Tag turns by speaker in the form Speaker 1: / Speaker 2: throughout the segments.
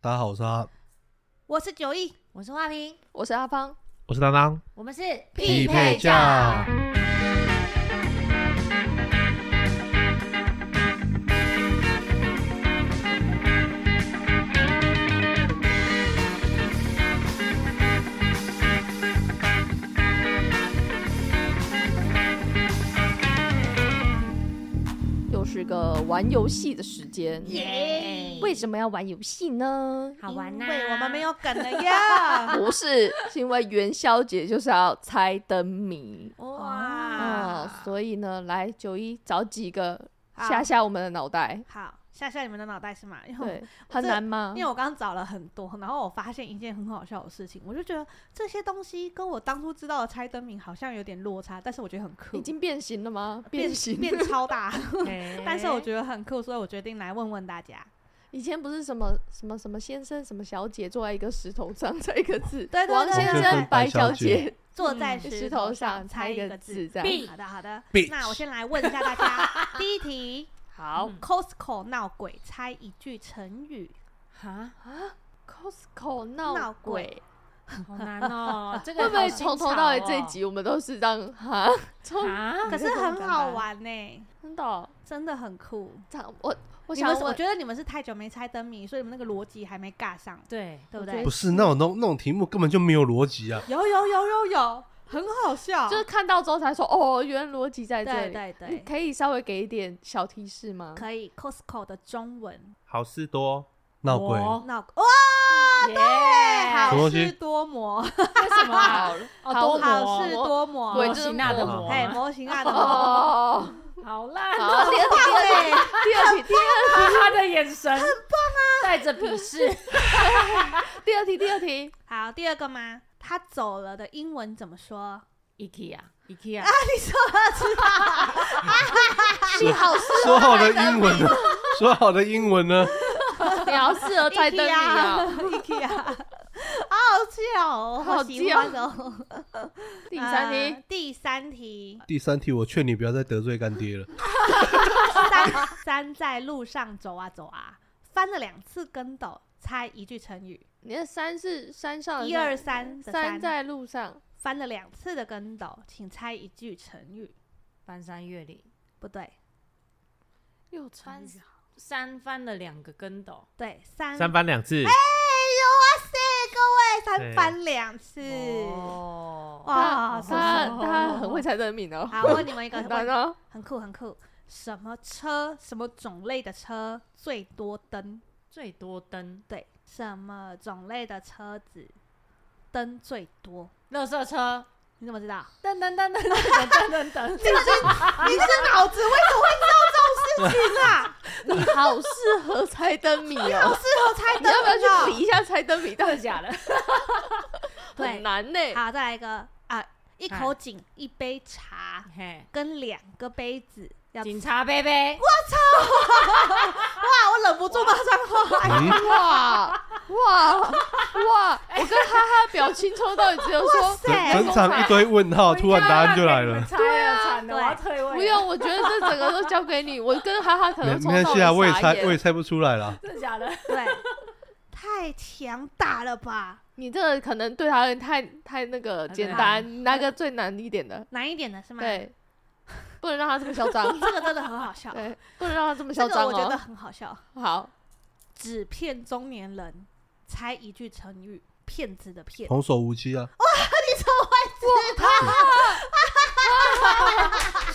Speaker 1: 大家好，我是阿，
Speaker 2: 我是九一，我是花瓶，
Speaker 3: 我是阿芳，
Speaker 4: 我是当当。
Speaker 2: 我们是
Speaker 1: 匹配价。
Speaker 3: 又是个玩游戏的时间。
Speaker 2: 耶！
Speaker 3: 为什么要玩游戏 呢？
Speaker 2: 好玩呐、
Speaker 5: 因为我 们没有梗了呀！
Speaker 3: 不是，是因为元宵节就是要猜灯谜啊、
Speaker 5: 哇，
Speaker 3: 所以呢，来九一找几个
Speaker 5: 好
Speaker 3: 吓吓我们的脑袋。
Speaker 5: 好吓吓你们的脑袋是吗？因为
Speaker 3: 对，很难
Speaker 5: 我
Speaker 3: 吗
Speaker 5: 因？为我刚找了很多，然后我发现一件很好笑的事情，我就觉得这些东西跟我当初知道的猜灯谜好像有点落差，但是我觉得很酷
Speaker 3: 已，经变形了哎吗？
Speaker 5: 变
Speaker 3: 形。
Speaker 5: 变超 大，但是我
Speaker 2: 得
Speaker 5: 觉得很酷，所以我决定来问问大家。
Speaker 3: 以前不是什么什么什么先生什么小姐坐在一个石头上，猜一个字。
Speaker 5: 对对对
Speaker 3: 王
Speaker 5: 对
Speaker 3: 先
Speaker 5: 对
Speaker 3: 生
Speaker 5: 对
Speaker 3: 白
Speaker 4: 白小
Speaker 3: 姐
Speaker 4: 姐
Speaker 5: 坐在
Speaker 3: 嗯
Speaker 5: 石头上猜
Speaker 3: 猜一
Speaker 5: 一
Speaker 3: 个
Speaker 5: 个
Speaker 3: 字，
Speaker 5: 字。
Speaker 3: 这样。
Speaker 2: Bitch
Speaker 5: 好的好的，
Speaker 4: Bitch
Speaker 5: 那我先来问一下大家， 第一题
Speaker 3: 好
Speaker 5: 嗯，Costco 闹鬼，猜一句成语。
Speaker 2: 啊，
Speaker 3: ，Costco
Speaker 5: 闹
Speaker 3: 闹
Speaker 5: 鬼
Speaker 3: 鬼。
Speaker 2: 好难哦，这个
Speaker 3: 会不会
Speaker 2: 好新潮
Speaker 3: 从头到尾
Speaker 2: 哦
Speaker 3: 这一集我们都是让哈？从
Speaker 2: 啊？
Speaker 5: 可是很好玩呢、
Speaker 3: 真的哦
Speaker 5: 真的很酷。
Speaker 3: 这样，我我
Speaker 5: 我
Speaker 3: 想
Speaker 5: 我
Speaker 3: 问，
Speaker 5: 觉得你们是太久没猜灯谜，所以你们那个逻辑还没尬上，
Speaker 2: 对，
Speaker 5: 对不
Speaker 3: 我觉
Speaker 5: 对
Speaker 3: 得
Speaker 1: 不？是那种那种那种题目根本就没有逻辑啊，
Speaker 5: 有有有有有，很好笑。
Speaker 3: 就是看到之后才说哦，原来逻辑在这
Speaker 5: 对
Speaker 3: 里。
Speaker 5: 对
Speaker 3: 你
Speaker 5: 对，
Speaker 3: 可以稍微给一点小提示吗？
Speaker 5: 嗯可以 Costco 的中文
Speaker 4: 好事多，
Speaker 1: 闹鬼。
Speaker 2: 我
Speaker 5: 闹哦哇，
Speaker 3: 耶
Speaker 1: 什么
Speaker 5: 对，好
Speaker 1: 东西
Speaker 5: 事多磨，
Speaker 2: 为 什么啊？哦
Speaker 3: 好
Speaker 2: 多
Speaker 5: 好
Speaker 2: 模
Speaker 5: 事多磨，
Speaker 3: 鬼
Speaker 2: 模型那的模，
Speaker 5: 哎，模型 啊的磨，
Speaker 3: 哦，
Speaker 2: 好烂
Speaker 3: 好，
Speaker 2: 哦！
Speaker 3: 第二题，
Speaker 5: 对，
Speaker 3: 第二题，第二
Speaker 2: 看他的眼神，很棒啊，带着鄙视。
Speaker 3: 第二题，第二题，
Speaker 5: 好，第二个吗？他走了的英文怎么说？
Speaker 2: IKEA，IKEA，
Speaker 5: 你说了知道，
Speaker 3: 你好适
Speaker 1: 说好的英文呢？说好的英文呢？
Speaker 3: 合，你好适合猜灯谜 啊！
Speaker 5: ，IKEA，好好笑哦，
Speaker 3: 好
Speaker 5: 喜欢哦。
Speaker 3: 第三题
Speaker 5: 呃，第三题，
Speaker 1: 第三题，我劝你不要再得罪干爹了。
Speaker 5: 三三在路上走啊走啊，翻了两次跟斗，猜一句成语。
Speaker 3: 你的三是山上的
Speaker 5: 一二三的
Speaker 3: 哦三在路上，
Speaker 5: 翻了两次的跟斗，请猜一句成语。
Speaker 2: 翻山越岭，
Speaker 5: 不对，
Speaker 3: 又
Speaker 2: 翻
Speaker 3: 穿
Speaker 2: 山翻了两个跟斗，
Speaker 5: 对三。
Speaker 4: 三番两次，
Speaker 5: 哎呦哇塞，各位三
Speaker 4: 对
Speaker 5: 翻两次。
Speaker 2: 哦
Speaker 5: 哇，
Speaker 3: 他
Speaker 5: 真的
Speaker 3: 他很会猜灯谜哦。
Speaker 5: 啊好，问你们 一个
Speaker 3: 很难
Speaker 5: 问，
Speaker 3: 哦，
Speaker 5: 很酷很酷。什么车？什么种类的车最多灯？
Speaker 2: 最多灯，
Speaker 5: 对，什么种类的车子灯最多？
Speaker 2: 垃圾车，
Speaker 5: 你怎么知道？
Speaker 2: 噔噔噔噔噔噔噔噔，这
Speaker 5: 你这脑子为什么会知道这种事情啊？
Speaker 3: 你好适合猜灯谜哦。
Speaker 5: 适合猜
Speaker 3: 你要不要去
Speaker 5: 谜
Speaker 3: 比一下猜灯谜？
Speaker 2: 真的假的？
Speaker 3: 很
Speaker 5: 对，
Speaker 3: 难呢。
Speaker 5: 好，再来一个啊，一口井，一杯茶，
Speaker 2: 嘿，
Speaker 5: 跟两个杯子。要
Speaker 2: 警察贝贝，
Speaker 5: 哇，我忍不住骂脏话。
Speaker 1: 嗯，
Speaker 3: 哇哇哇！我跟哈哈表情抽到，只有
Speaker 5: 哇
Speaker 3: 说
Speaker 1: 整
Speaker 5: 塞，
Speaker 1: 整场一堆问号，哦突然答案就来了。
Speaker 2: 对啊，惨了，我要退位，
Speaker 3: 不，用，我觉得这整个都交给你。我跟哈哈可
Speaker 1: 没
Speaker 3: 能
Speaker 1: 没
Speaker 3: 抽
Speaker 1: 关
Speaker 3: 到
Speaker 1: 系啊，我也
Speaker 3: 也
Speaker 1: 猜
Speaker 3: 傻
Speaker 1: 我也
Speaker 3: 眼。
Speaker 1: 猜不出来啦。
Speaker 2: 真的假的？
Speaker 5: 对，太强大了吧？
Speaker 3: 你这个可能对他有点太太那个简单，你拿个最难一点的，
Speaker 5: 难一点的是吗？，
Speaker 3: 对，不能让他这么嚣 张，
Speaker 5: 这个真的很好笑，
Speaker 3: 对，不能让他这么
Speaker 5: 这
Speaker 3: 嚣
Speaker 5: 个
Speaker 3: 张
Speaker 5: 我觉得
Speaker 3: 哦。
Speaker 5: 很好笑。
Speaker 3: 好，
Speaker 5: 只骗中年人，猜一句成语，骗子的骗。
Speaker 1: 童叟无欺啊！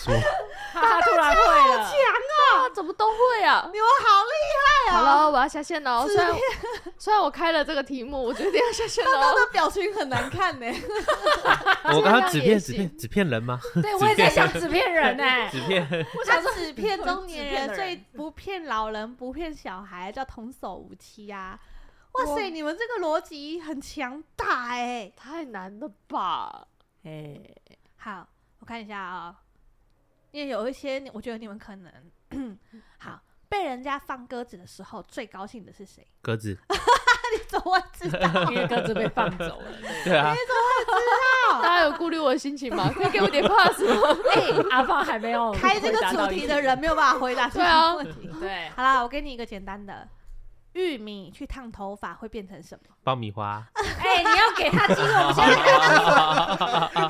Speaker 1: 说
Speaker 2: 他突然会了，
Speaker 3: 啊，怎么都会啊？
Speaker 5: 你们好厉害
Speaker 3: 好
Speaker 5: 哦！
Speaker 3: 了，我要下线了哦。虽然虽然我开了这个题目，我决定要下线了哦。
Speaker 5: 他的表情很难看呢。
Speaker 4: 我刚刚
Speaker 3: 这
Speaker 4: 纸
Speaker 3: 样也行
Speaker 4: 片纸片纸片人吗？
Speaker 2: 对我也在想纸片人哎，
Speaker 4: 纸片
Speaker 2: 我
Speaker 5: 他
Speaker 2: 想说
Speaker 5: 只骗中年人，
Speaker 2: 只骗的人
Speaker 5: 所以不骗老人，不骗小孩，叫童叟无欺呀、哇塞，你们这个逻辑很强大哎、
Speaker 3: 太难了吧？
Speaker 2: 哎，
Speaker 5: 好，我看一下啊、因为有一些你我觉得你们可能 好被人家放鸽子的时候，最高兴的是谁？
Speaker 4: 鸽子，
Speaker 5: 你怎么会知道？
Speaker 2: 因为鸽子被放走了。
Speaker 4: 对啊，
Speaker 3: 大家有顾虑我的心情吗？可以给我点 pass 吗？
Speaker 2: 哎，阿芳还没有
Speaker 5: 开这个
Speaker 2: 回答
Speaker 5: 主
Speaker 2: 到
Speaker 5: 题
Speaker 2: 一
Speaker 5: 的人没有办法回答这
Speaker 3: 对啊
Speaker 5: 个问题。
Speaker 2: 题，对，
Speaker 5: 好啦，我给你一个简单的，玉米去烫头发会变成什么？
Speaker 4: 爆米花，
Speaker 2: 哎，你要给 他机会，我们现在给他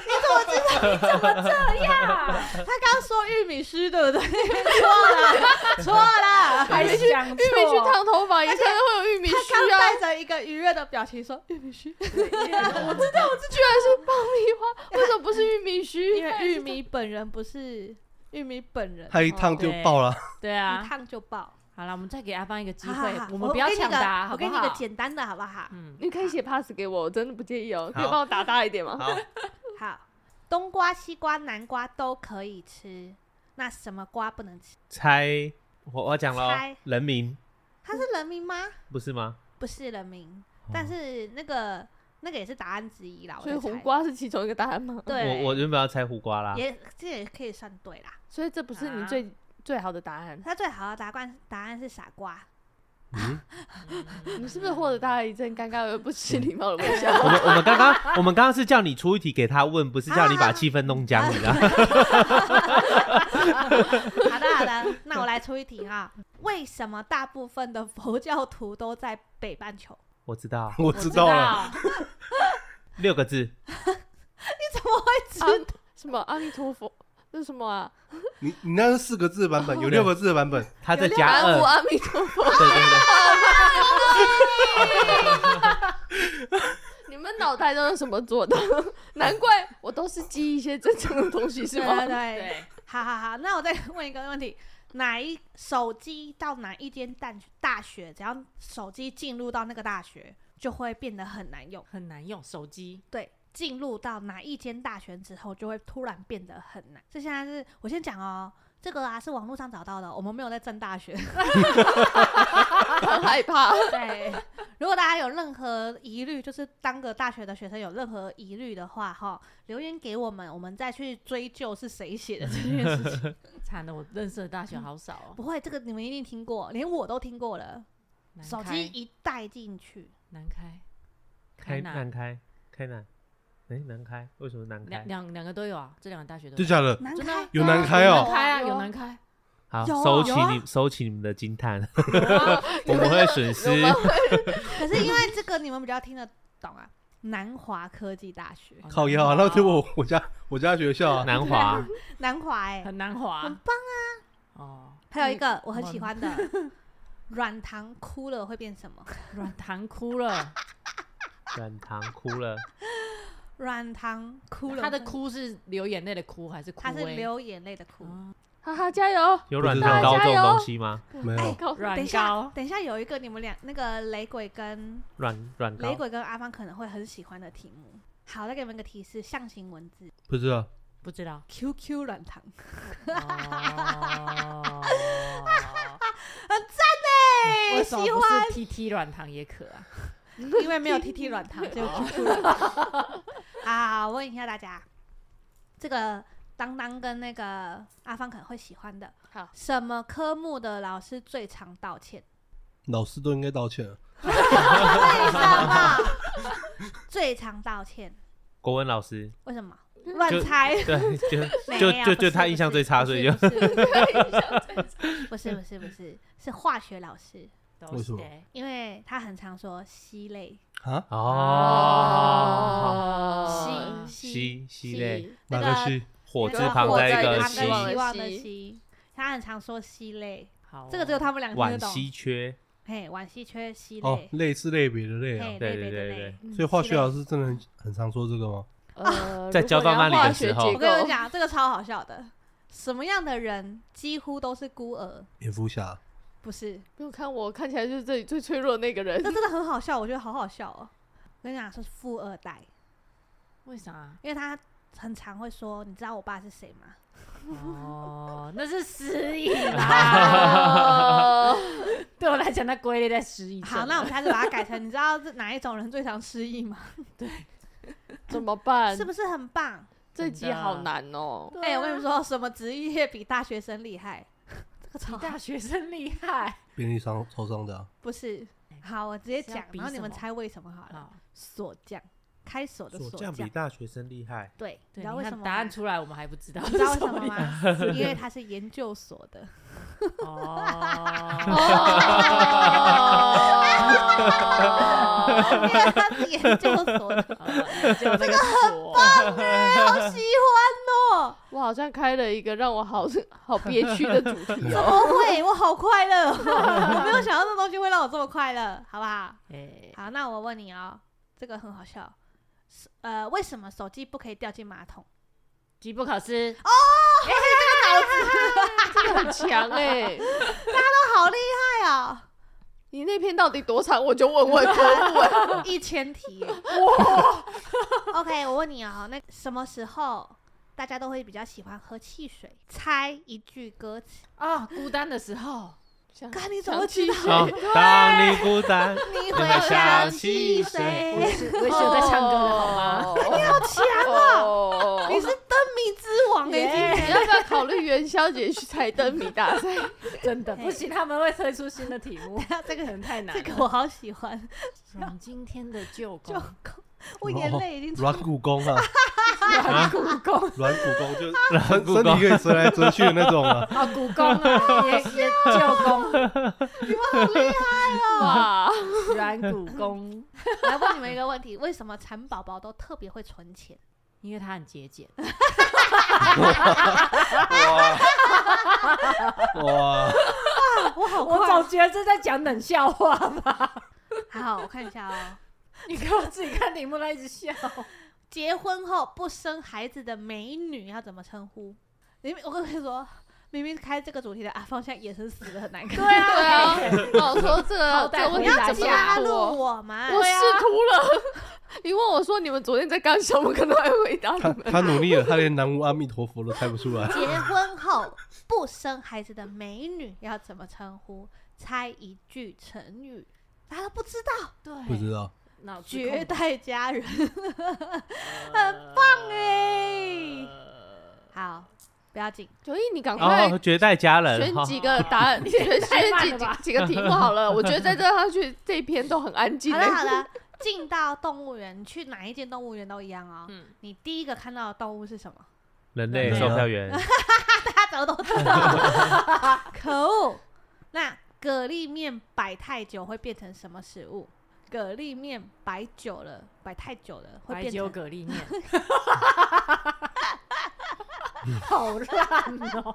Speaker 2: 机会。你怎么知道？你怎么这样？
Speaker 5: 他刚刚说玉米须，对不对？错了，错了。
Speaker 2: 还想玉
Speaker 3: 玉米去烫头发也可能会有玉米须
Speaker 5: 他刚
Speaker 3: 啊，
Speaker 5: 带着一个愉悦的表情说：“玉米须，
Speaker 2: 烫，
Speaker 3: 居然是爆米 花，为什么不是玉米须？
Speaker 5: 因为玉米本人不是玉米 本人，
Speaker 1: 他一烫就爆了，
Speaker 2: 对
Speaker 5: 一
Speaker 2: 啊。
Speaker 5: 烫就爆。
Speaker 2: 好了，我们再给阿邦一个机
Speaker 5: 好好
Speaker 2: 会
Speaker 5: 好，
Speaker 2: 我们不要
Speaker 5: 给你
Speaker 2: 抢
Speaker 5: 个
Speaker 2: 答，好不
Speaker 5: 我给你一个
Speaker 2: 好？
Speaker 5: 简单的，好不好？
Speaker 2: 嗯，
Speaker 3: 你可以写 pass 给我，我真的不介意哦，
Speaker 4: 好
Speaker 3: 可以帮我打大一点吗？
Speaker 4: 好，
Speaker 5: 好，冬瓜、西瓜、南瓜都可以吃，那什么瓜不能吃？
Speaker 4: 猜我我讲喽
Speaker 5: 猜，
Speaker 4: 人名
Speaker 5: 它是人名吗？
Speaker 4: 不是吗？
Speaker 5: 不是人名，但是那个那个也是答案之一啦。我
Speaker 3: 所以
Speaker 5: 在猜
Speaker 3: 胡瓜是其中一个答案吗？
Speaker 5: 对，
Speaker 4: 我我啊原本要猜胡瓜啦，
Speaker 5: 也这也可以算对啦。
Speaker 3: 所以这不是你
Speaker 2: 啊
Speaker 3: 最最好的答案，
Speaker 5: 它最好的答案答案是傻瓜。
Speaker 1: 嗯，
Speaker 3: 你是不是获得大家一阵尴尬而不失礼貌的微笑？
Speaker 4: 我们我们刚刚 我们刚刚是叫你出一题给他问，不是叫你把气氛弄僵，你知道吗？
Speaker 5: 好的好的，那我来出一题啊。为什么大部分的佛教徒都在北半球？
Speaker 4: 我知道，
Speaker 1: 我知道了，
Speaker 2: 了，
Speaker 4: 六个字，
Speaker 5: 你怎么会 知道？
Speaker 3: 什么阿弥陀佛？这是什么啊？
Speaker 1: 你你那是四个字的版本，有六个字的版本，
Speaker 4: 他再
Speaker 3: 有六
Speaker 4: 加
Speaker 3: 南
Speaker 4: 二
Speaker 3: 无，阿弥陀佛。
Speaker 4: 对对对，
Speaker 3: 你们脑袋都是什么做的？ 难怪我都是记一些正常的东西，是
Speaker 5: 对啊
Speaker 3: 吗
Speaker 5: 对？对，
Speaker 2: 对，
Speaker 5: 好好好，那我再 问一个问题：哪一手机到哪一间大大学，只要手机进入到那个大学，就会变得很难用。
Speaker 2: 很难用手机，
Speaker 5: 对，进入到哪一间大学之后，就会突然变得很难。这现在是我先讲哦，这个啊是网络上找到的，我们没有在正大学。
Speaker 3: 很害怕。
Speaker 5: 对， 如果大家有任何疑虑，就是当个大学的学生有任何疑虑的话，哈，留言给我们，我们再去追究是谁写的这件事情。
Speaker 2: 惨了，我认识的大学好少哦，
Speaker 5: 不会，这个你们一定听过，连我都听过了。
Speaker 2: 难
Speaker 5: 手
Speaker 2: 开
Speaker 5: 机一带进去，
Speaker 2: 难开，
Speaker 4: 开
Speaker 2: 南
Speaker 4: 南开开南，哎南开为什么南
Speaker 2: 两
Speaker 4: 开？
Speaker 2: 两两个都有啊，这两个大学都
Speaker 1: 就
Speaker 2: 有
Speaker 1: 假的，
Speaker 5: 难
Speaker 2: 真的
Speaker 5: 开
Speaker 2: 啊
Speaker 1: 有难开哦
Speaker 2: 有南开啊，
Speaker 3: 有啊
Speaker 2: 有南开，
Speaker 4: 好，
Speaker 5: 有啊
Speaker 4: 收起
Speaker 5: 有啊
Speaker 4: 你收起你们的惊叹，
Speaker 3: 我
Speaker 4: 我们会损失。
Speaker 5: 可是因为这个你们比较听得懂啊。南华科技大学，
Speaker 2: 哦
Speaker 1: 靠腰啊，那对我我家我家学校啊，
Speaker 4: 南华
Speaker 5: 南华哎、
Speaker 2: 很难滑，
Speaker 5: 很
Speaker 2: 棒啊，哦，
Speaker 5: 还有一个我很喜欢的，
Speaker 2: 嗯
Speaker 5: 软糖哭了会变什么？
Speaker 2: 软糖哭了，
Speaker 4: 软糖哭了，
Speaker 5: 软糖哭了，
Speaker 2: 他的，哭是流眼泪的哭还是哭？
Speaker 5: 它是欸流眼泪的哭。
Speaker 2: 哦
Speaker 3: 哈哈，加油！哎
Speaker 4: 有
Speaker 1: 不
Speaker 4: 软
Speaker 1: 知
Speaker 4: 糖
Speaker 1: 道
Speaker 4: 糕这种
Speaker 3: 加油
Speaker 4: 东西吗？
Speaker 1: 没有，
Speaker 3: 靠
Speaker 2: 软
Speaker 5: 等一下
Speaker 2: 膏，
Speaker 5: 等一下有一个你们俩那个雷鬼跟
Speaker 4: 软软
Speaker 5: 雷
Speaker 4: 糕
Speaker 5: 鬼跟阿芳可能会很喜欢的题目。好，再给你们一个提示：象形文字
Speaker 1: 不啊知道，
Speaker 2: 不知 道。
Speaker 5: QQ 软糖，
Speaker 2: 哦
Speaker 5: 对，
Speaker 2: 为什么
Speaker 5: 喜
Speaker 2: 不
Speaker 5: 欢，
Speaker 2: 是 TT 软糖也可啊？
Speaker 5: 因为没有 TT 软糖， 只有 QQ 软糖。啊，问一下大家，这个当当跟那个阿芳可能会喜欢的。
Speaker 3: 好，
Speaker 5: 什么科目的老师最常道歉？
Speaker 1: 老师都应该道歉啊，
Speaker 5: 为什么最常道歉？
Speaker 4: 国文老师，
Speaker 5: 为什么？乱
Speaker 4: 就
Speaker 5: 猜。
Speaker 4: 对，就
Speaker 5: 没
Speaker 4: 就
Speaker 5: 有
Speaker 4: 就
Speaker 5: 不
Speaker 4: 就是他
Speaker 5: 不
Speaker 4: 印象
Speaker 5: 是
Speaker 4: 最差，所以就
Speaker 5: 不是不是不是不是是化学老师，
Speaker 2: 都
Speaker 1: 为什
Speaker 2: 是
Speaker 1: 么
Speaker 2: 欸
Speaker 5: 因为他很常说烯类，
Speaker 1: 啊，
Speaker 4: 哦，
Speaker 3: 哦
Speaker 5: 烯烯
Speaker 4: 西西嘞，
Speaker 1: 哪个系？
Speaker 4: 火
Speaker 5: 那
Speaker 4: 字
Speaker 5: 个
Speaker 4: 旁
Speaker 5: 火
Speaker 4: 在一
Speaker 5: 字
Speaker 4: 个
Speaker 5: 旁
Speaker 4: 西
Speaker 5: 跟，希望
Speaker 3: 希
Speaker 5: 的希，他很常说烯类，
Speaker 2: 好哦，
Speaker 5: 这个只有他们两个听
Speaker 4: 惋
Speaker 5: 得懂。
Speaker 4: 惜缺，
Speaker 5: 嘿，惋惜缺烯
Speaker 1: 哦，
Speaker 5: 类，
Speaker 1: 类是类别的类啊，
Speaker 5: 嘿，
Speaker 4: 对
Speaker 5: 类别的
Speaker 4: 对对
Speaker 5: 类。
Speaker 1: 所以化学老师真的很很常说这个吗？
Speaker 3: 呃，
Speaker 4: 在交棒那里的时候
Speaker 5: 我跟你，讲，这个超好笑的，什么样的人几乎都是孤儿，
Speaker 1: 蝙蝠侠，
Speaker 5: 不是？
Speaker 3: 不用看我，看起来就是这里最脆弱的那个人
Speaker 5: 这。真的很好笑，我觉得好好笑哦。我跟你讲，是富二代，
Speaker 2: 为 啥？
Speaker 5: 因为他很常会说，你知道我爸是谁吗？
Speaker 2: 哦，那是失忆啦。
Speaker 3: 哦
Speaker 2: 对我来讲，那归类在失忆症啊了。
Speaker 5: 好，那我们下次把它改成，你知道这哪一种人最常失忆吗？
Speaker 3: 怎么 办
Speaker 5: 是？不是很棒？
Speaker 3: 这集好难哦。
Speaker 5: 哎、啊
Speaker 2: 啊
Speaker 5: 我跟你们说，什么职业比大学生厉害？这个
Speaker 2: 比
Speaker 5: 超
Speaker 2: 大学生厉害。
Speaker 1: 便利商超商 的啊，
Speaker 5: 不是。 好，我直接讲
Speaker 2: 是要，比
Speaker 5: 然后哎你们
Speaker 2: 什么
Speaker 5: 猜为什么好了。
Speaker 2: 好，
Speaker 5: 锁匠，开锁的
Speaker 4: 这
Speaker 5: 锁
Speaker 4: 样
Speaker 5: 匠
Speaker 4: 比。大学生厉害，
Speaker 5: 对，你
Speaker 2: 对，
Speaker 5: 知道
Speaker 2: 你
Speaker 5: 为
Speaker 2: 看
Speaker 5: 什么
Speaker 2: 答案
Speaker 5: 吗？
Speaker 2: 出来，我们还不知道。
Speaker 5: 你知道为什么？吗？因为他是 研究所的。
Speaker 2: 哦，
Speaker 3: 哦
Speaker 2: 哦，
Speaker 5: 因为他是研究所 的，
Speaker 2: 就这个很
Speaker 5: 好喜欢哦！
Speaker 3: 我好像开了一个让我好 好憋屈的主题
Speaker 5: 怎
Speaker 3: 哦。
Speaker 5: 么会？我好快 乐哦，我没有想到这东西会让我这么快乐，好不好？
Speaker 2: 哎，
Speaker 5: 好，那我问你哦，这个很好笑，是呃，为什么手机不可以掉进马桶？
Speaker 2: 机不可失，
Speaker 3: 这个很强哎、
Speaker 5: 这好厉害 哦！
Speaker 3: 你那篇到底多长？我就问问 多问。
Speaker 5: 一千题耶。OK，我问你哦，那什么时候大家都会比较喜欢喝汽水？猜一句歌词。
Speaker 2: 啊，孤单的时候，
Speaker 3: 想
Speaker 5: 看你怎么
Speaker 3: 想
Speaker 5: 知道
Speaker 3: 汽
Speaker 4: 好
Speaker 3: 水，
Speaker 4: 哦当你孤单，
Speaker 5: 你
Speaker 4: 会想
Speaker 5: 起
Speaker 4: 汽
Speaker 2: 我也
Speaker 5: 水。
Speaker 4: 水
Speaker 2: 是我也是有在唱歌的好吗？
Speaker 3: 哦？你好强哦！
Speaker 5: 你是灯谜之王哎、今
Speaker 3: 你
Speaker 5: 天
Speaker 3: 要不要考虑元宵节去猜灯谜大赛？
Speaker 2: 真的不行，他们会推出新的题目，
Speaker 5: 这
Speaker 2: 可
Speaker 5: 个
Speaker 2: 能太难
Speaker 5: 这
Speaker 2: 了。
Speaker 5: 个我好喜欢，
Speaker 2: 从今天的舅公
Speaker 5: 就我眼泪已经出。
Speaker 1: 软骨功啊，
Speaker 2: 啊，故宫
Speaker 1: 软骨功就
Speaker 4: 软
Speaker 1: 身
Speaker 4: 骨
Speaker 1: 身
Speaker 4: 功
Speaker 1: 体可以折来折去的那种 啊。
Speaker 2: 啊，故宫啊，也也舅公
Speaker 3: 哇，
Speaker 2: 软骨功，
Speaker 5: 来问你们一个问题：为什么蚕宝宝都特别会存钱？
Speaker 2: 因为他很节俭，
Speaker 1: 哇，
Speaker 5: 我好
Speaker 2: 我
Speaker 5: 快啊
Speaker 2: 总觉得这在讲冷笑话吧？
Speaker 5: 好，我看一下哦。
Speaker 2: 你看我自己看题目，他一直笑。
Speaker 5: 结婚后不生孩子的美女要怎么称呼？明明我跟你说，明明开这个主题的阿芳现在眼神死的很难看。
Speaker 2: 对啊
Speaker 3: 对啊，我说这
Speaker 2: 好
Speaker 3: 个
Speaker 2: 歹
Speaker 3: 这个
Speaker 5: 不
Speaker 3: 问题
Speaker 5: 啊要
Speaker 3: 怎么
Speaker 5: 加
Speaker 3: 答
Speaker 5: 入
Speaker 3: 我？
Speaker 5: 我啊嘛！
Speaker 3: 我试图了。 你问我说你们昨天在干什么？可能还回答
Speaker 1: 他
Speaker 3: 你们。
Speaker 1: 他努力了，他连南无阿弥陀佛都猜不出 来。
Speaker 5: 结婚后不生孩子的美女要怎么称呼？猜一句成语，大家都不知道。
Speaker 1: 不
Speaker 2: 对，
Speaker 1: 知道，
Speaker 2: 脑子
Speaker 5: 绝
Speaker 2: 空白
Speaker 5: 代佳人，很棒哎！好，不要紧，
Speaker 3: 九一，你赶快
Speaker 4: 哦，绝代佳人
Speaker 3: 选
Speaker 4: 哈，
Speaker 3: 几个答案，选
Speaker 2: 太
Speaker 3: 选
Speaker 2: 慢
Speaker 3: 几
Speaker 2: 了吧
Speaker 3: 几几个题目好 了。我觉得在这上去这一篇都很安静
Speaker 5: 好
Speaker 3: 欸。
Speaker 5: 了好了，进到动物园，去哪一间动物园都一样哦。
Speaker 2: 嗯
Speaker 5: 你第一个看到的动物是什么？
Speaker 4: 人类
Speaker 1: 人类
Speaker 4: 售
Speaker 1: 啊
Speaker 4: 票员，
Speaker 5: 大家都知道， 可恶！那蛤蜊面摆太久会变成什么食物？蛤蜊面摆久了，摆太久了会
Speaker 2: 白
Speaker 5: 变
Speaker 2: 酒
Speaker 5: 成
Speaker 2: 蛤蜊面， 好烂哦！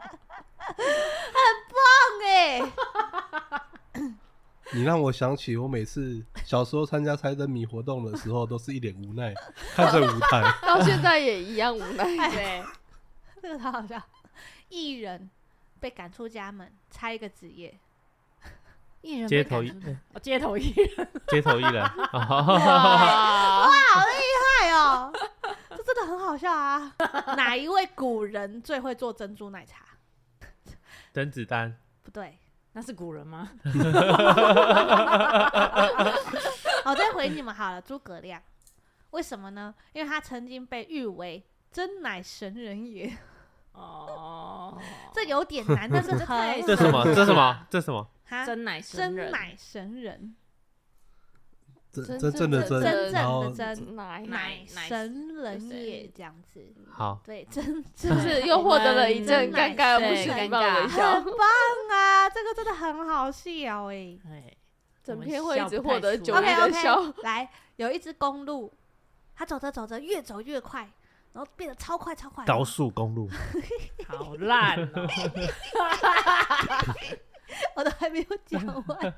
Speaker 5: 哎、
Speaker 1: 你让我想起我每次小时候参加猜灯谜活动的时候，都是一脸无奈，看着舞台。
Speaker 3: 到现在也一样无奈。
Speaker 2: 对，
Speaker 5: 这个超好笑。艺人被赶出家门，猜一个职业，
Speaker 2: 艺人
Speaker 4: 街
Speaker 2: 被
Speaker 4: 头
Speaker 2: 赶
Speaker 4: 艺
Speaker 2: 出去哦，街头艺人，
Speaker 4: 街头艺人，哦
Speaker 3: 哇，
Speaker 5: 哎呦，这真的很好笑啊！ 哪一位古人最会做珍珠奶茶？
Speaker 4: 甄子丹，
Speaker 5: 不对，
Speaker 2: 那是古人吗？
Speaker 5: 好，再回你们好了，诸葛亮。为什么呢？因为他曾经被誉为真乃神人也，
Speaker 2: 哦，
Speaker 5: 这有点难，但是
Speaker 2: 这太
Speaker 5: 很
Speaker 4: 这什么？这什么？这什么？
Speaker 5: 哈
Speaker 2: 啊真乃
Speaker 5: 真
Speaker 2: 神人，
Speaker 5: 乃神人，
Speaker 1: 真真正的
Speaker 5: 真
Speaker 1: 真，
Speaker 5: 正
Speaker 1: 然后
Speaker 5: 的真
Speaker 3: 奶
Speaker 5: 乃
Speaker 2: 乃
Speaker 5: 神人
Speaker 3: 神
Speaker 5: 也这样子。
Speaker 4: 好，
Speaker 5: 对，真
Speaker 3: 是不是又获得了一阵尴尬而不失礼貌的微笑
Speaker 5: 很？棒啊！这个真的很好笑哎、
Speaker 2: 哎，
Speaker 3: 整篇会一直获得九
Speaker 2: 我
Speaker 3: 一
Speaker 2: 们
Speaker 5: OK
Speaker 2: 笑
Speaker 3: 的笑。
Speaker 5: OK，来，有一只公鹿，它走着走着越走越快，然后变得超快超快。
Speaker 4: 高速公路，
Speaker 2: 好烂哦！
Speaker 5: 我都还没有讲完，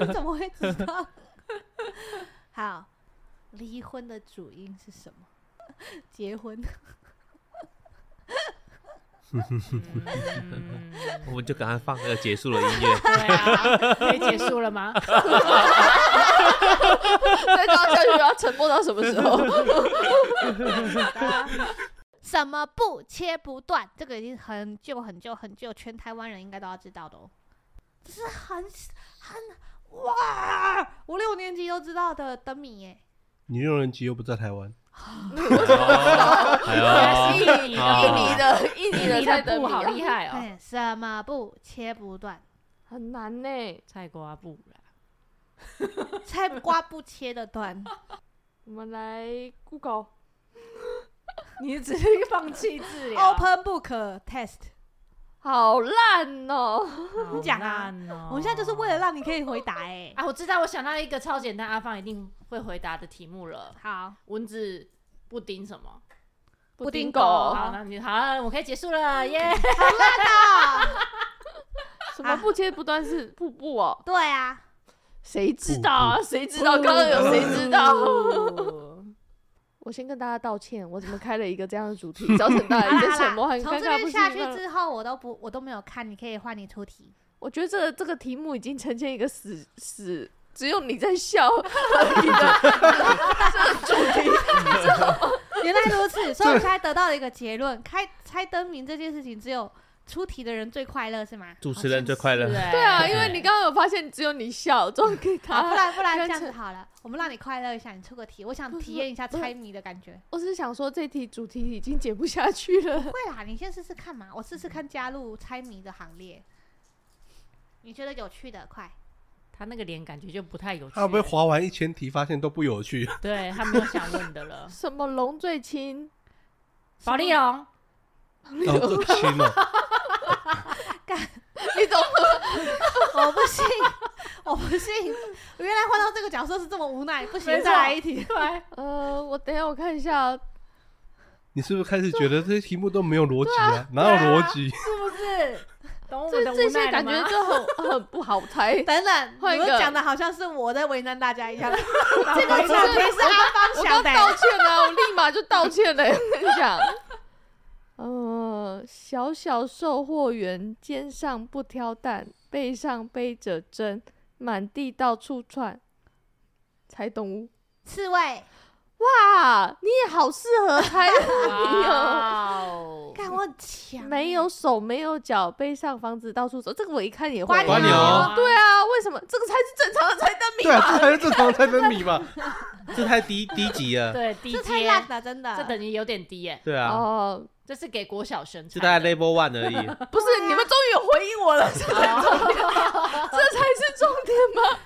Speaker 5: 你怎么会知道？ 好，离婚的主因是什么？结婚。
Speaker 2: 嗯
Speaker 4: 我们就赶快放个结束的音乐。
Speaker 2: 对啊，可以结束了 吗？
Speaker 3: 再这样下去，要沉默到什么时候？
Speaker 5: 什么不切不断，这个已经很旧很旧很旧，全台湾人应该都要知道的哦。这是很很哇，五六年级都知道的灯谜耶。
Speaker 1: 你六人级又不在台湾，
Speaker 4: 哎呦，
Speaker 2: 印尼
Speaker 4: 啊
Speaker 3: 印尼的印尼的
Speaker 2: 的
Speaker 3: 猜
Speaker 2: 布
Speaker 3: 灯谜
Speaker 2: 好
Speaker 3: 啊
Speaker 2: 厉害哦，
Speaker 5: 哎，什么不切不断，
Speaker 3: 很难呢。
Speaker 2: 菜瓜布啦，
Speaker 5: 菜瓜不切的断。
Speaker 3: 我们来 Google
Speaker 2: 你只是放弃治疗。啊
Speaker 5: Open Book Test，
Speaker 3: 啊好烂哦！
Speaker 5: 你讲啊我们现在就是为了让你可以回答哎、
Speaker 2: 哦啊，我知道，我想到一个超简单，阿芳一定会回答的题目了。
Speaker 5: 好，
Speaker 2: 蚊子布丁什么？
Speaker 5: 布丁
Speaker 3: 狗啊
Speaker 2: 好，那你好，我可以结束
Speaker 3: 嗯
Speaker 2: 了，耶！
Speaker 3: 什么不切不断是瀑布哦？
Speaker 5: 对啊，
Speaker 3: 谁知道啊？谁知道？刚刚有谁知 道？ 我先跟大家道歉，我怎么开了一个这样的主题，造成大
Speaker 5: 好
Speaker 3: 家
Speaker 5: 啦
Speaker 3: 一些
Speaker 5: 好啦
Speaker 3: 啊沉默很
Speaker 5: 从
Speaker 3: 尴
Speaker 5: 这
Speaker 3: 尬。不
Speaker 5: 边
Speaker 3: 是
Speaker 5: 下去
Speaker 3: 吗
Speaker 5: 之后，我都不我都没有看，你可以换你 出题。
Speaker 3: 我觉得这个这个题目已经呈现一个死死，只有你 在笑而已的。
Speaker 5: 原来如此，所以我们现在得到了一个结论： 开猜灯谜这件事情，只有出题的人最快乐，是吗？
Speaker 4: 主持人最快乐，
Speaker 2: 对
Speaker 3: 对啊，因为你刚刚有发现只有你笑，这种给
Speaker 5: 好，不
Speaker 2: 啊
Speaker 3: 他。
Speaker 5: 然不然
Speaker 3: 啊原
Speaker 5: 这
Speaker 3: 来
Speaker 5: 样
Speaker 3: 是
Speaker 5: 子好了，我们让你快乐一下，你出个题，我想
Speaker 3: 不是
Speaker 5: 体验一下
Speaker 3: 不是
Speaker 5: 猜谜的感觉。
Speaker 3: 我只是想说，这题主题已经解不下去了。。
Speaker 5: 会啦，你先试试看嘛，我试试看加入猜谜的行列。你觉得有趣的，快！
Speaker 2: 他那个脸感觉就不太有趣
Speaker 1: 他会不会划完一千题，发现都不有趣？
Speaker 2: 对他没有想问的了
Speaker 3: 什么龙最轻？
Speaker 2: 保利龙，
Speaker 1: 然后就亲了，
Speaker 3: 你懂
Speaker 5: 我不信，我不信，原来换到这个角色是这么无奈，不
Speaker 2: 没
Speaker 5: 行，
Speaker 2: 错
Speaker 5: 再来一题。
Speaker 2: 对，
Speaker 3: 呃，我等一下我看一下，
Speaker 1: 你是不是开始觉得这些题目都没有逻辑啊？哪有逻辑？
Speaker 2: 是不是？懂我
Speaker 3: 这
Speaker 2: 们的
Speaker 3: 这
Speaker 2: 无
Speaker 3: 些
Speaker 2: 奈了
Speaker 3: 感觉
Speaker 2: 吗？
Speaker 3: 就很很不好 猜。
Speaker 5: 等等，
Speaker 3: 换一
Speaker 5: 你
Speaker 3: 个
Speaker 5: 们讲的好像是我在为难大家一 样。
Speaker 2: 这
Speaker 5: 这个题是阿
Speaker 3: 我
Speaker 5: 芳
Speaker 3: 刚
Speaker 5: 想的欸、
Speaker 3: 道歉了，我立马就道歉了。 我跟你讲，呃，小小售货员肩上不挑担，背上背着针，满地到处窜。猜动物
Speaker 5: 刺猬。
Speaker 3: 哇，你也好适合猜 哦。
Speaker 2: 哦，
Speaker 5: 看我很强欸，
Speaker 3: 没有手，没有脚，背上房子到处走。这个我一看也会。
Speaker 5: 瓜
Speaker 4: 瓜牛
Speaker 5: 牛
Speaker 3: 对啊，为什么这个才是正常的猜灯谜
Speaker 1: 对
Speaker 3: 吧？
Speaker 1: 啊，这才是正常猜灯谜嘛。
Speaker 4: 这太低低级了。
Speaker 2: 对，低
Speaker 5: 这太
Speaker 2: 阶，
Speaker 5: 烂了，真的。
Speaker 2: 这等级有点低耶，
Speaker 4: 对啊，
Speaker 3: 哦、
Speaker 2: 这是给国小生猜
Speaker 4: 就
Speaker 2: 的。
Speaker 4: 大概 level one 而已。
Speaker 3: 不是，
Speaker 5: 啊
Speaker 3: 你们终于有回应 我了，这才是重点，这才是重点 吗？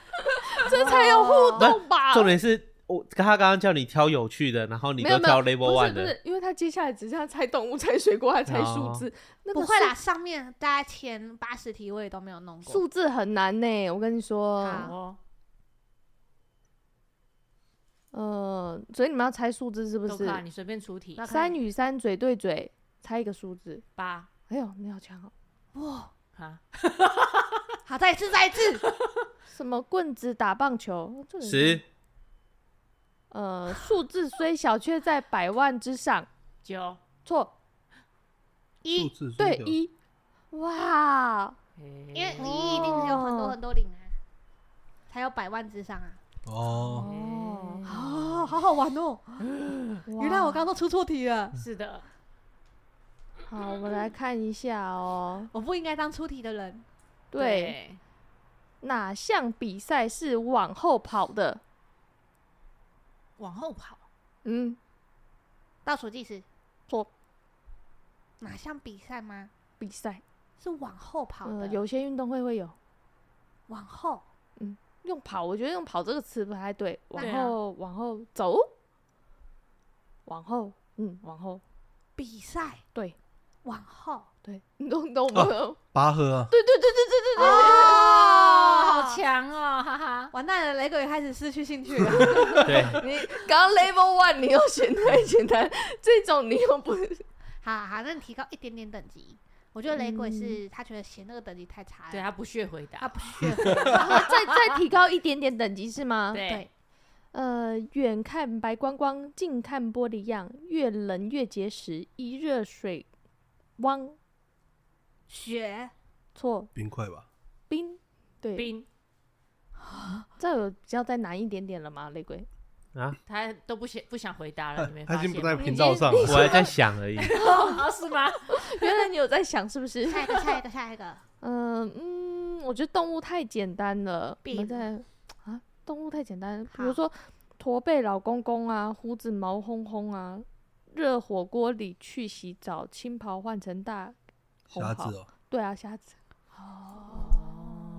Speaker 3: 这
Speaker 5: 哦
Speaker 3: 才有互动吧？
Speaker 4: 重点是我他刚刚叫你挑有趣的，然后你
Speaker 3: 没有
Speaker 4: 都
Speaker 3: 没有
Speaker 4: 挑 level
Speaker 3: 不是
Speaker 4: one
Speaker 3: 不
Speaker 4: 的，
Speaker 3: 是，因为他接下来只剩下猜动物、猜水果还猜数
Speaker 4: 哦
Speaker 3: 字，那个
Speaker 5: 不会啦，
Speaker 3: 数，
Speaker 5: 上面大概前八十题我也都没有弄过。
Speaker 3: 数字很难呢。我跟你说，
Speaker 5: 好
Speaker 2: 哦，
Speaker 3: 呃，所以你们要猜数字是不
Speaker 2: 都看
Speaker 3: 是？
Speaker 2: 你随便出题
Speaker 5: 那
Speaker 3: 三与三嘴对嘴，猜一个数字。
Speaker 2: 八
Speaker 3: 哎呦，你好强哦！
Speaker 5: 哇，
Speaker 2: 啊，
Speaker 5: 好，再一次，再一次，
Speaker 3: 什么棍子打棒球？这个人
Speaker 4: 十
Speaker 3: 呃，数字虽小，却在百万之上。
Speaker 2: 九，
Speaker 3: 错，
Speaker 1: 数
Speaker 5: 一，
Speaker 1: 字
Speaker 3: 对
Speaker 1: 数字
Speaker 3: 一。哇，
Speaker 5: 因为
Speaker 2: 因
Speaker 5: 你一定有很多很多零啊，才有百万之上啊。
Speaker 1: 哦，
Speaker 2: 哦
Speaker 5: 哦，好好玩哦！原来我刚刚都出错题了，
Speaker 2: 是的，
Speaker 3: 好，我们来看一下哦。
Speaker 5: 我不应该当出题的人。
Speaker 3: 对，，哪项比赛是往后跑的？
Speaker 2: 往后跑，
Speaker 3: 嗯，
Speaker 5: 倒数计时，
Speaker 3: 错
Speaker 5: 哪项比赛吗？
Speaker 3: 比赛。
Speaker 5: 是往后跑
Speaker 3: 呃，
Speaker 5: 的，
Speaker 3: 有些运动会会有
Speaker 5: 往后
Speaker 3: 用跑，我觉得用跑这个词不太对。往
Speaker 2: 对啊
Speaker 3: 后，往后走，往后，嗯，往后，
Speaker 5: 比赛，
Speaker 3: 对，
Speaker 5: 往后。
Speaker 3: 对， 你懂你懂啊我们？
Speaker 1: 拔河啊，
Speaker 3: 对对对对对对对。啊
Speaker 5: 哦
Speaker 2: 好强哦，哈哈，
Speaker 5: 完蛋了，雷鬼开始失去兴趣了。
Speaker 4: 对，
Speaker 3: 你刚刚 level one 你又嫌太简单，这种你又 不
Speaker 5: 好好，那你提高一点点等级。我觉得雷鬼是他觉得嫌那个等级太差了，
Speaker 3: 啊
Speaker 2: 对他不屑回答，
Speaker 5: 他不屑。
Speaker 3: 再再提高一点点等级是吗？
Speaker 2: 对，
Speaker 5: 对，
Speaker 3: 呃，远看白光光，近看玻璃样，越冷越结实，一热水汪
Speaker 5: 雪
Speaker 3: 错
Speaker 1: 冰块吧，
Speaker 3: 冰。对，
Speaker 2: 冰
Speaker 3: 这有比较再难一点点了吗？雷鬼，
Speaker 2: 他都不想不想回答
Speaker 1: 他
Speaker 2: 啊了，你没
Speaker 1: 他
Speaker 2: 发
Speaker 1: 已
Speaker 2: 现
Speaker 1: 经不在
Speaker 2: 吗
Speaker 1: 频道上 了。
Speaker 4: 我还在想而已。
Speaker 2: 哦，是吗？
Speaker 3: 原来你有在想是不 是？
Speaker 5: 下一个，下一个，下一个。
Speaker 3: 嗯、嗯，我觉得动物太简单了，我们
Speaker 5: 病
Speaker 3: 在啊，动物太简单，比如
Speaker 5: 好
Speaker 3: 说驼背老公公啊，胡子毛烘烘啊，热火锅里去洗澡，青袍换成大红
Speaker 1: 瞎
Speaker 3: 袍
Speaker 1: 子哦，
Speaker 3: 对啊，瞎子，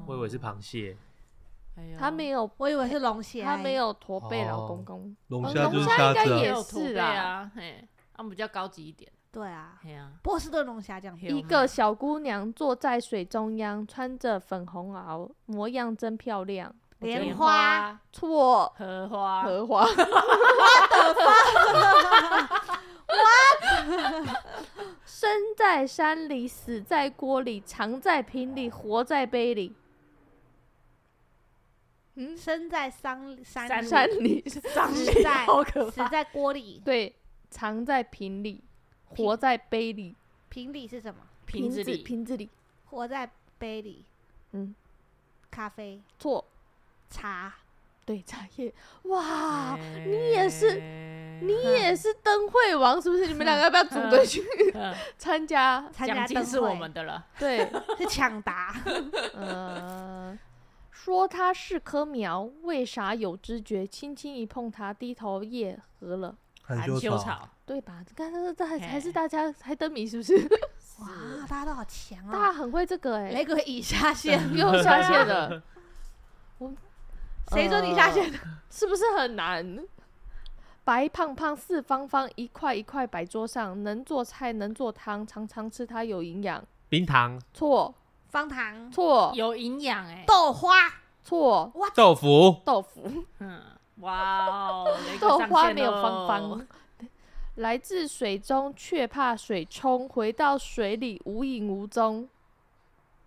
Speaker 4: 我以为是螃蟹，
Speaker 2: 哎呦
Speaker 3: 他没有，
Speaker 5: 我以为是龙血，
Speaker 3: 他
Speaker 2: 哎
Speaker 3: 没。有驼背老
Speaker 4: 哦
Speaker 3: 公公，
Speaker 1: 龙
Speaker 3: 呃
Speaker 1: 虾就是
Speaker 3: 龙虾
Speaker 1: 瞎
Speaker 3: 应该
Speaker 1: 子
Speaker 2: 也
Speaker 1: 啊，
Speaker 2: 有驼
Speaker 3: 是
Speaker 2: 背
Speaker 3: 啦
Speaker 2: 啊，嘿，他们比较高级一点，
Speaker 5: 对啊，
Speaker 2: 嘿啊，
Speaker 5: 波士顿龙虾酱，
Speaker 2: 嘿
Speaker 3: 一个小姑娘坐在水中央，穿着粉红袄，模样真漂亮。
Speaker 2: 我觉得
Speaker 5: 莲花、
Speaker 3: 错，
Speaker 2: 荷花，
Speaker 3: 荷花， 生在山里，死在锅里，藏在瓶里，活在杯里。嗯，
Speaker 5: 生在山山
Speaker 2: 山
Speaker 3: 山
Speaker 5: 里
Speaker 3: 里，
Speaker 2: 上
Speaker 5: 死
Speaker 2: 面
Speaker 5: 在
Speaker 2: 好可
Speaker 5: 死
Speaker 2: 怕，
Speaker 5: 在锅里，
Speaker 3: 对，藏在瓶里，活在杯里，
Speaker 5: 瓶里是什么？
Speaker 2: 瓶子里
Speaker 3: 瓶子里。
Speaker 5: 活在杯里，
Speaker 3: 嗯，
Speaker 5: 咖啡、
Speaker 3: 错，
Speaker 5: 茶，
Speaker 3: 对，茶叶。哇，
Speaker 2: 你
Speaker 3: 啊你也是，你 也是灯会王是不是？你们两个要不要组队去参加？
Speaker 5: 参加
Speaker 2: 奖
Speaker 5: 灯
Speaker 2: 金是我
Speaker 5: 会
Speaker 2: 们的了，
Speaker 3: 对，
Speaker 5: 是抢答，
Speaker 3: 呃，说它是棵苗，为啥有知觉？轻轻一碰它，低头叶合了，
Speaker 1: 含
Speaker 2: 含
Speaker 1: 羞
Speaker 2: 羞
Speaker 1: 草，
Speaker 2: 草，
Speaker 3: 对吧？你看，这这还还是
Speaker 2: 嘿
Speaker 3: 大家猜灯谜是不是？
Speaker 5: 哇，大家都好强
Speaker 3: 大家
Speaker 5: 哦！
Speaker 3: 很会这个哎、
Speaker 5: 雷鬼已下线，
Speaker 3: 又下线 了，
Speaker 5: 谁说你下线的？
Speaker 3: 呃是不是很难？白胖胖四方方，一块一块摆桌上，能做菜能做汤，常常吃它有营养。
Speaker 4: 冰糖、
Speaker 3: 错
Speaker 5: 方糖、
Speaker 3: 错
Speaker 2: 有营养哎，
Speaker 5: 豆花，
Speaker 3: 嗯错，
Speaker 4: 豆腐、
Speaker 3: 豆腐。
Speaker 2: 嗯，哇哦，雷鬼
Speaker 3: 豆
Speaker 2: 上
Speaker 3: 花
Speaker 2: 线
Speaker 3: 没有
Speaker 2: 喽
Speaker 3: 芳芳，嗯来自水中却怕水冲，回到水里无影无踪。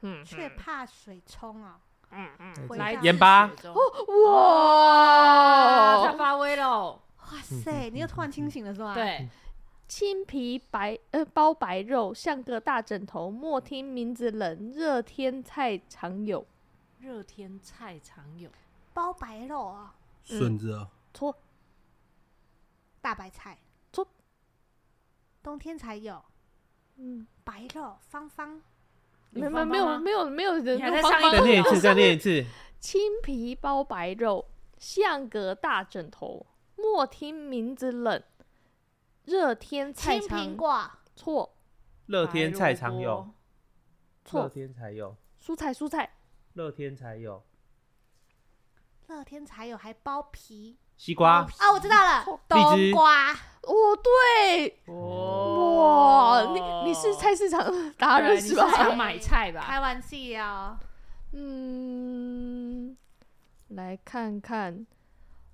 Speaker 3: 嗯，
Speaker 5: 却怕水冲哦。
Speaker 2: 嗯嗯，
Speaker 1: 嗯
Speaker 5: 回
Speaker 2: 来
Speaker 5: 到
Speaker 4: 盐巴
Speaker 2: 自水中
Speaker 3: 哦
Speaker 2: 啊，他
Speaker 3: 哇！
Speaker 2: 发威喽，
Speaker 5: 哇塞，你又突然清醒了是
Speaker 3: 哦
Speaker 5: 吗？，
Speaker 2: 对，
Speaker 3: 青皮白呃包白肉，像个大枕头。莫听名字冷，热天菜常有。
Speaker 2: 热天菜常有，
Speaker 5: 包白肉啊，
Speaker 1: 笋子啊，
Speaker 3: 错
Speaker 5: 大白菜
Speaker 3: 错，
Speaker 5: 冬天才有
Speaker 3: 嗯，
Speaker 5: 白肉，方方
Speaker 3: 没没没有没有没有人
Speaker 2: 你还
Speaker 3: 用
Speaker 2: 在上
Speaker 3: 芳
Speaker 2: 一
Speaker 3: 芳
Speaker 4: 再念一次，再念一次。
Speaker 3: 青皮包白肉，像个大枕头。莫听名字冷，热天菜
Speaker 5: 青
Speaker 3: 常
Speaker 5: 苹果，
Speaker 3: 错
Speaker 4: 乐天菜常有，乐
Speaker 3: 错，
Speaker 4: 天才有，
Speaker 3: 蔬菜蔬菜
Speaker 4: 乐天才有。
Speaker 5: 乐天才有，还包皮
Speaker 4: 西瓜，
Speaker 5: 啊！我知道了，
Speaker 4: 荔
Speaker 5: 冬
Speaker 4: 枝
Speaker 5: 瓜。
Speaker 3: 哦，对，
Speaker 2: 白
Speaker 3: 哇，
Speaker 2: 肉锅，
Speaker 3: 你你是菜市场的达人
Speaker 2: 哦对啊你
Speaker 3: 是吧？
Speaker 2: 常买菜吧？
Speaker 5: 开玩笑，哦
Speaker 3: 嗯，来看看，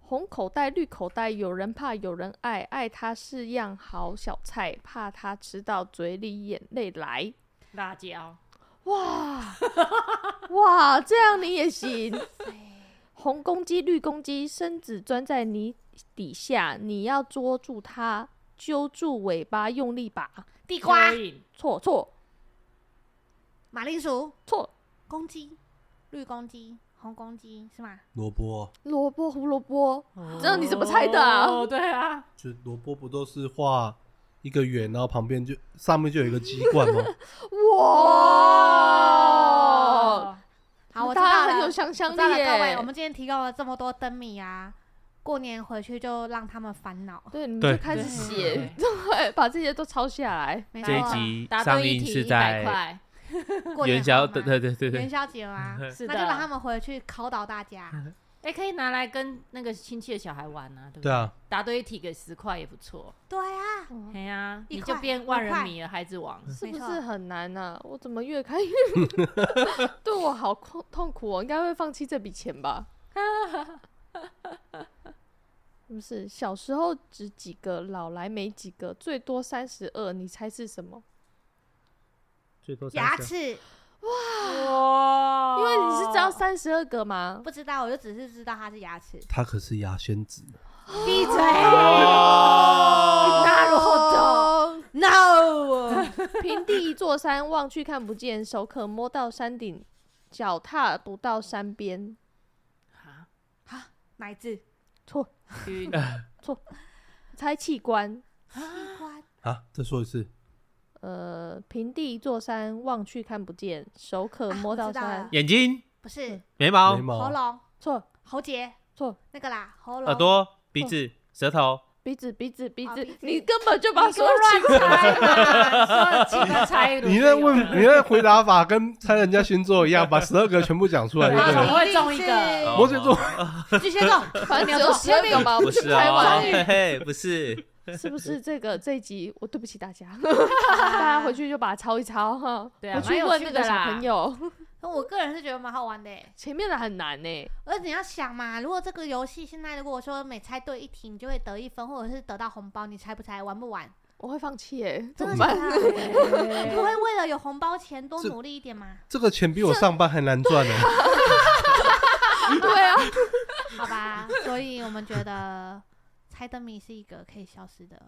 Speaker 3: 红口袋绿口袋，有人怕有人爱，爱它是样好小菜，怕它吃到嘴里眼泪来。
Speaker 2: 辣椒，
Speaker 3: 哇哇，这样你也行。红公鸡、绿公鸡，身子钻在泥底下，你要捉住它，揪住尾巴，用力拔。
Speaker 5: 地瓜
Speaker 2: 蚯、蚓
Speaker 3: 错错
Speaker 5: 马铃薯、
Speaker 3: 错，
Speaker 5: 公鸡、绿公鸡、红公鸡是吗？
Speaker 1: 萝卜，哦
Speaker 3: 萝卜胡萝卜，这样你怎么猜的啊
Speaker 2: 哦，对啊，
Speaker 1: 就萝卜不都是画一个圆，然后旁边就上面就有一个鸡冠吗？
Speaker 3: 哇！
Speaker 5: 好，我知
Speaker 3: 哦大
Speaker 5: 道
Speaker 3: 家很有
Speaker 5: 了，
Speaker 3: 想
Speaker 5: 我
Speaker 3: 象
Speaker 5: 知
Speaker 3: 力
Speaker 5: 道了，
Speaker 3: 耶。
Speaker 5: 各位，我们今天提供了这么多灯谜啊，过年回去就让他们烦恼。
Speaker 3: 对，你们
Speaker 4: 对
Speaker 3: 就开始
Speaker 2: 对
Speaker 3: 写， 对，把这些都抄下来。
Speaker 5: 没
Speaker 4: 这一
Speaker 5: 错，
Speaker 4: 集
Speaker 2: 答
Speaker 4: 上
Speaker 2: 对一
Speaker 4: 映
Speaker 2: 题
Speaker 4: 是
Speaker 2: 100
Speaker 4: 在
Speaker 2: 块
Speaker 5: 过年
Speaker 4: 元宵，
Speaker 5: 好
Speaker 4: 对
Speaker 5: 吗
Speaker 4: 对对对
Speaker 5: 元
Speaker 4: 对，
Speaker 5: 宵节 吗？
Speaker 2: 是
Speaker 5: 那
Speaker 2: 的，
Speaker 5: 就让他们回去考倒大家。
Speaker 2: 哎，可以拿来跟那个亲戚的小孩玩啊，对不
Speaker 1: 对
Speaker 2: 对？
Speaker 1: 啊，
Speaker 2: 答对一题给十块也不错，
Speaker 5: 对啊，
Speaker 3: 嗯
Speaker 2: 哎呀，
Speaker 5: 一
Speaker 2: 你
Speaker 5: 块
Speaker 2: 就变万人迷了，孩子王。
Speaker 3: 是不
Speaker 5: 没错
Speaker 3: 是很难呢、我怎么越 看越对我好痛痛苦、哦？我应该会放弃这笔钱吧？ 是不是小时候只几个，老来没几个，最多三十二，你猜是什么？
Speaker 4: 最多三
Speaker 5: 牙
Speaker 4: 十
Speaker 5: 齿
Speaker 2: 哇
Speaker 3: 因为你是知
Speaker 5: 哦
Speaker 3: 道三十二个吗？
Speaker 5: 不知道，我就只是知道它是牙齿。
Speaker 1: 它可是牙仙子，
Speaker 5: 闭嘴
Speaker 4: 哦
Speaker 5: 那如何？No，
Speaker 3: 平地一座山，望去看不见，手可摸到山顶，脚踏不到山边。
Speaker 2: 啊
Speaker 5: 奶子、
Speaker 3: 错，
Speaker 2: 晕
Speaker 3: 猜器官。
Speaker 5: 器官、
Speaker 1: 啊，再说一次，
Speaker 3: 呃，平地一座山，望去看不见，手可
Speaker 5: 啊
Speaker 3: 摸
Speaker 5: 我
Speaker 3: 到
Speaker 5: 知道
Speaker 3: 山
Speaker 5: 了。
Speaker 4: 眼睛、
Speaker 5: 不是
Speaker 4: 眉毛
Speaker 1: 眉、毛啊
Speaker 5: 喉咙、
Speaker 3: 错
Speaker 5: 喉结
Speaker 3: 错，
Speaker 5: 那个啦，喉
Speaker 4: 哦耳
Speaker 5: 咙。
Speaker 4: 朵、鼻子、舌头，
Speaker 3: 鼻子鼻子鼻
Speaker 5: 啊
Speaker 3: 子
Speaker 5: 鼻子，
Speaker 3: 你根本就把所有器
Speaker 2: 乱猜 的，所有器官猜一轮
Speaker 1: 你
Speaker 2: 就有
Speaker 1: 那问
Speaker 2: 了
Speaker 1: 你那回答法跟猜人家星座一样，把十二个全部讲出来就对
Speaker 2: 我
Speaker 1: 了。
Speaker 2: 会中一个
Speaker 5: 定
Speaker 1: 摩羯座
Speaker 3: 哦
Speaker 5: 是巨蟹座，
Speaker 3: 官，反正只有十二个吧，我
Speaker 4: 不
Speaker 3: 们去
Speaker 4: 是
Speaker 3: 猜
Speaker 4: 哦，
Speaker 3: 完。
Speaker 4: 嘿嘿，不是，
Speaker 3: 是不是这个这一集？我对不起大 家，大家回去就把它抄一抄哈，
Speaker 2: 对啊
Speaker 3: 回去问那
Speaker 2: 蛮有趣
Speaker 3: 个
Speaker 2: 的
Speaker 3: 小
Speaker 2: 啦
Speaker 3: 朋友。
Speaker 5: 我个人是觉得蛮好玩的欸，
Speaker 3: 前面的很难呢，
Speaker 5: 而且你要想嘛，如果这个游戏现在如果说每猜对一题，你就会得一分，或者是得到红包，你猜不猜？玩不玩？
Speaker 3: 我会放弃耶，怎
Speaker 5: 真的
Speaker 3: 么
Speaker 5: 假
Speaker 3: 办？
Speaker 5: 的？啊你不会为了有红包钱多
Speaker 1: 这
Speaker 5: 努力一点吗？
Speaker 1: 这个钱比我上班还难赚呢、
Speaker 3: 对啊，
Speaker 5: 好吧，所以我们觉得猜灯谜是一个可以消失的。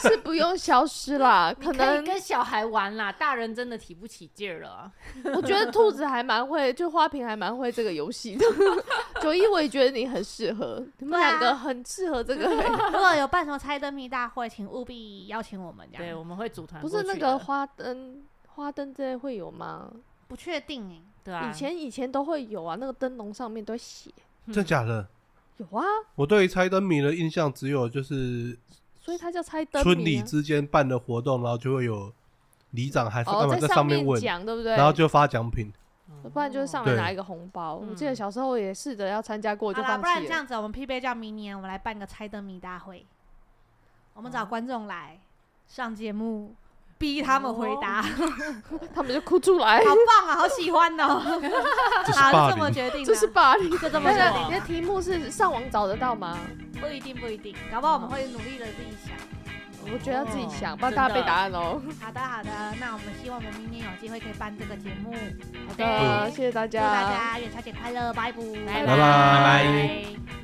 Speaker 3: 是不用消失啦，
Speaker 2: 你可
Speaker 3: 可能
Speaker 2: 以跟小孩玩啦，大人真的提不起劲儿了。
Speaker 3: 我觉得兔子还蛮会，就花瓶还蛮会这个游戏的。 九一，我也觉得你很适合，你们
Speaker 5: 对啊
Speaker 3: 两个很适合 这个欸、
Speaker 5: 如果有办什么猜灯谜大会，请务必邀请我们。这
Speaker 2: 对，
Speaker 5: 样
Speaker 2: 我们会组团
Speaker 3: 不
Speaker 2: 过
Speaker 3: 是
Speaker 2: 去的。
Speaker 3: 那个花灯，花灯这类会有吗？
Speaker 5: 不确定哎，
Speaker 2: 对啊，
Speaker 3: 以前以前都会有啊，那个灯笼上面都会写
Speaker 1: 真假的？
Speaker 3: 有啊，
Speaker 1: 我对于猜灯谜的印象只有就是
Speaker 3: 所以它叫猜灯
Speaker 1: 村
Speaker 3: 谜
Speaker 1: 里
Speaker 3: 啊、
Speaker 1: 之间办的活动，然后就会有里长还是干
Speaker 3: 哦，
Speaker 1: 嘛
Speaker 3: 在
Speaker 1: 上
Speaker 3: 面
Speaker 1: 问，
Speaker 3: 讲对不对？
Speaker 1: 然后就发奖 品。
Speaker 3: 不然就是上来
Speaker 1: 对
Speaker 3: 拿一个红包。我记得
Speaker 2: 嗯
Speaker 3: 小时候也试着要参加过，就
Speaker 5: 好啦，
Speaker 3: 放
Speaker 5: 不然
Speaker 3: 弃
Speaker 5: 这
Speaker 3: 了。
Speaker 5: 样子，我们 P 杯叫明年，我们来办个猜灯谜大会，我
Speaker 3: 哦
Speaker 5: 们找观众来上节目，逼他们回
Speaker 3: 哦
Speaker 5: 答，好
Speaker 3: 他们就哭出来，
Speaker 5: 棒 啊，好喜欢哦！
Speaker 1: 这是霸
Speaker 5: 好，就这么
Speaker 1: 凌，
Speaker 5: 决定
Speaker 3: 这是
Speaker 5: 的，
Speaker 3: 霸凌。
Speaker 5: 就这么
Speaker 3: 对
Speaker 5: 决
Speaker 3: 了，你
Speaker 5: 定
Speaker 3: 的题目是上网找得到吗？
Speaker 5: 的，不一定不一定，搞不好我们会努力的自己想。
Speaker 3: 我觉得要自己
Speaker 2: 哦
Speaker 3: 想，不然大家
Speaker 2: 真的
Speaker 3: 被答案哦喽。
Speaker 5: 好的好的，那我们希望我们明年有机会可以办这个节目，
Speaker 3: 好
Speaker 2: 对
Speaker 3: 呃的，谢谢大
Speaker 5: 祝大家元宵节快乐，拜拜
Speaker 1: 拜拜
Speaker 2: 拜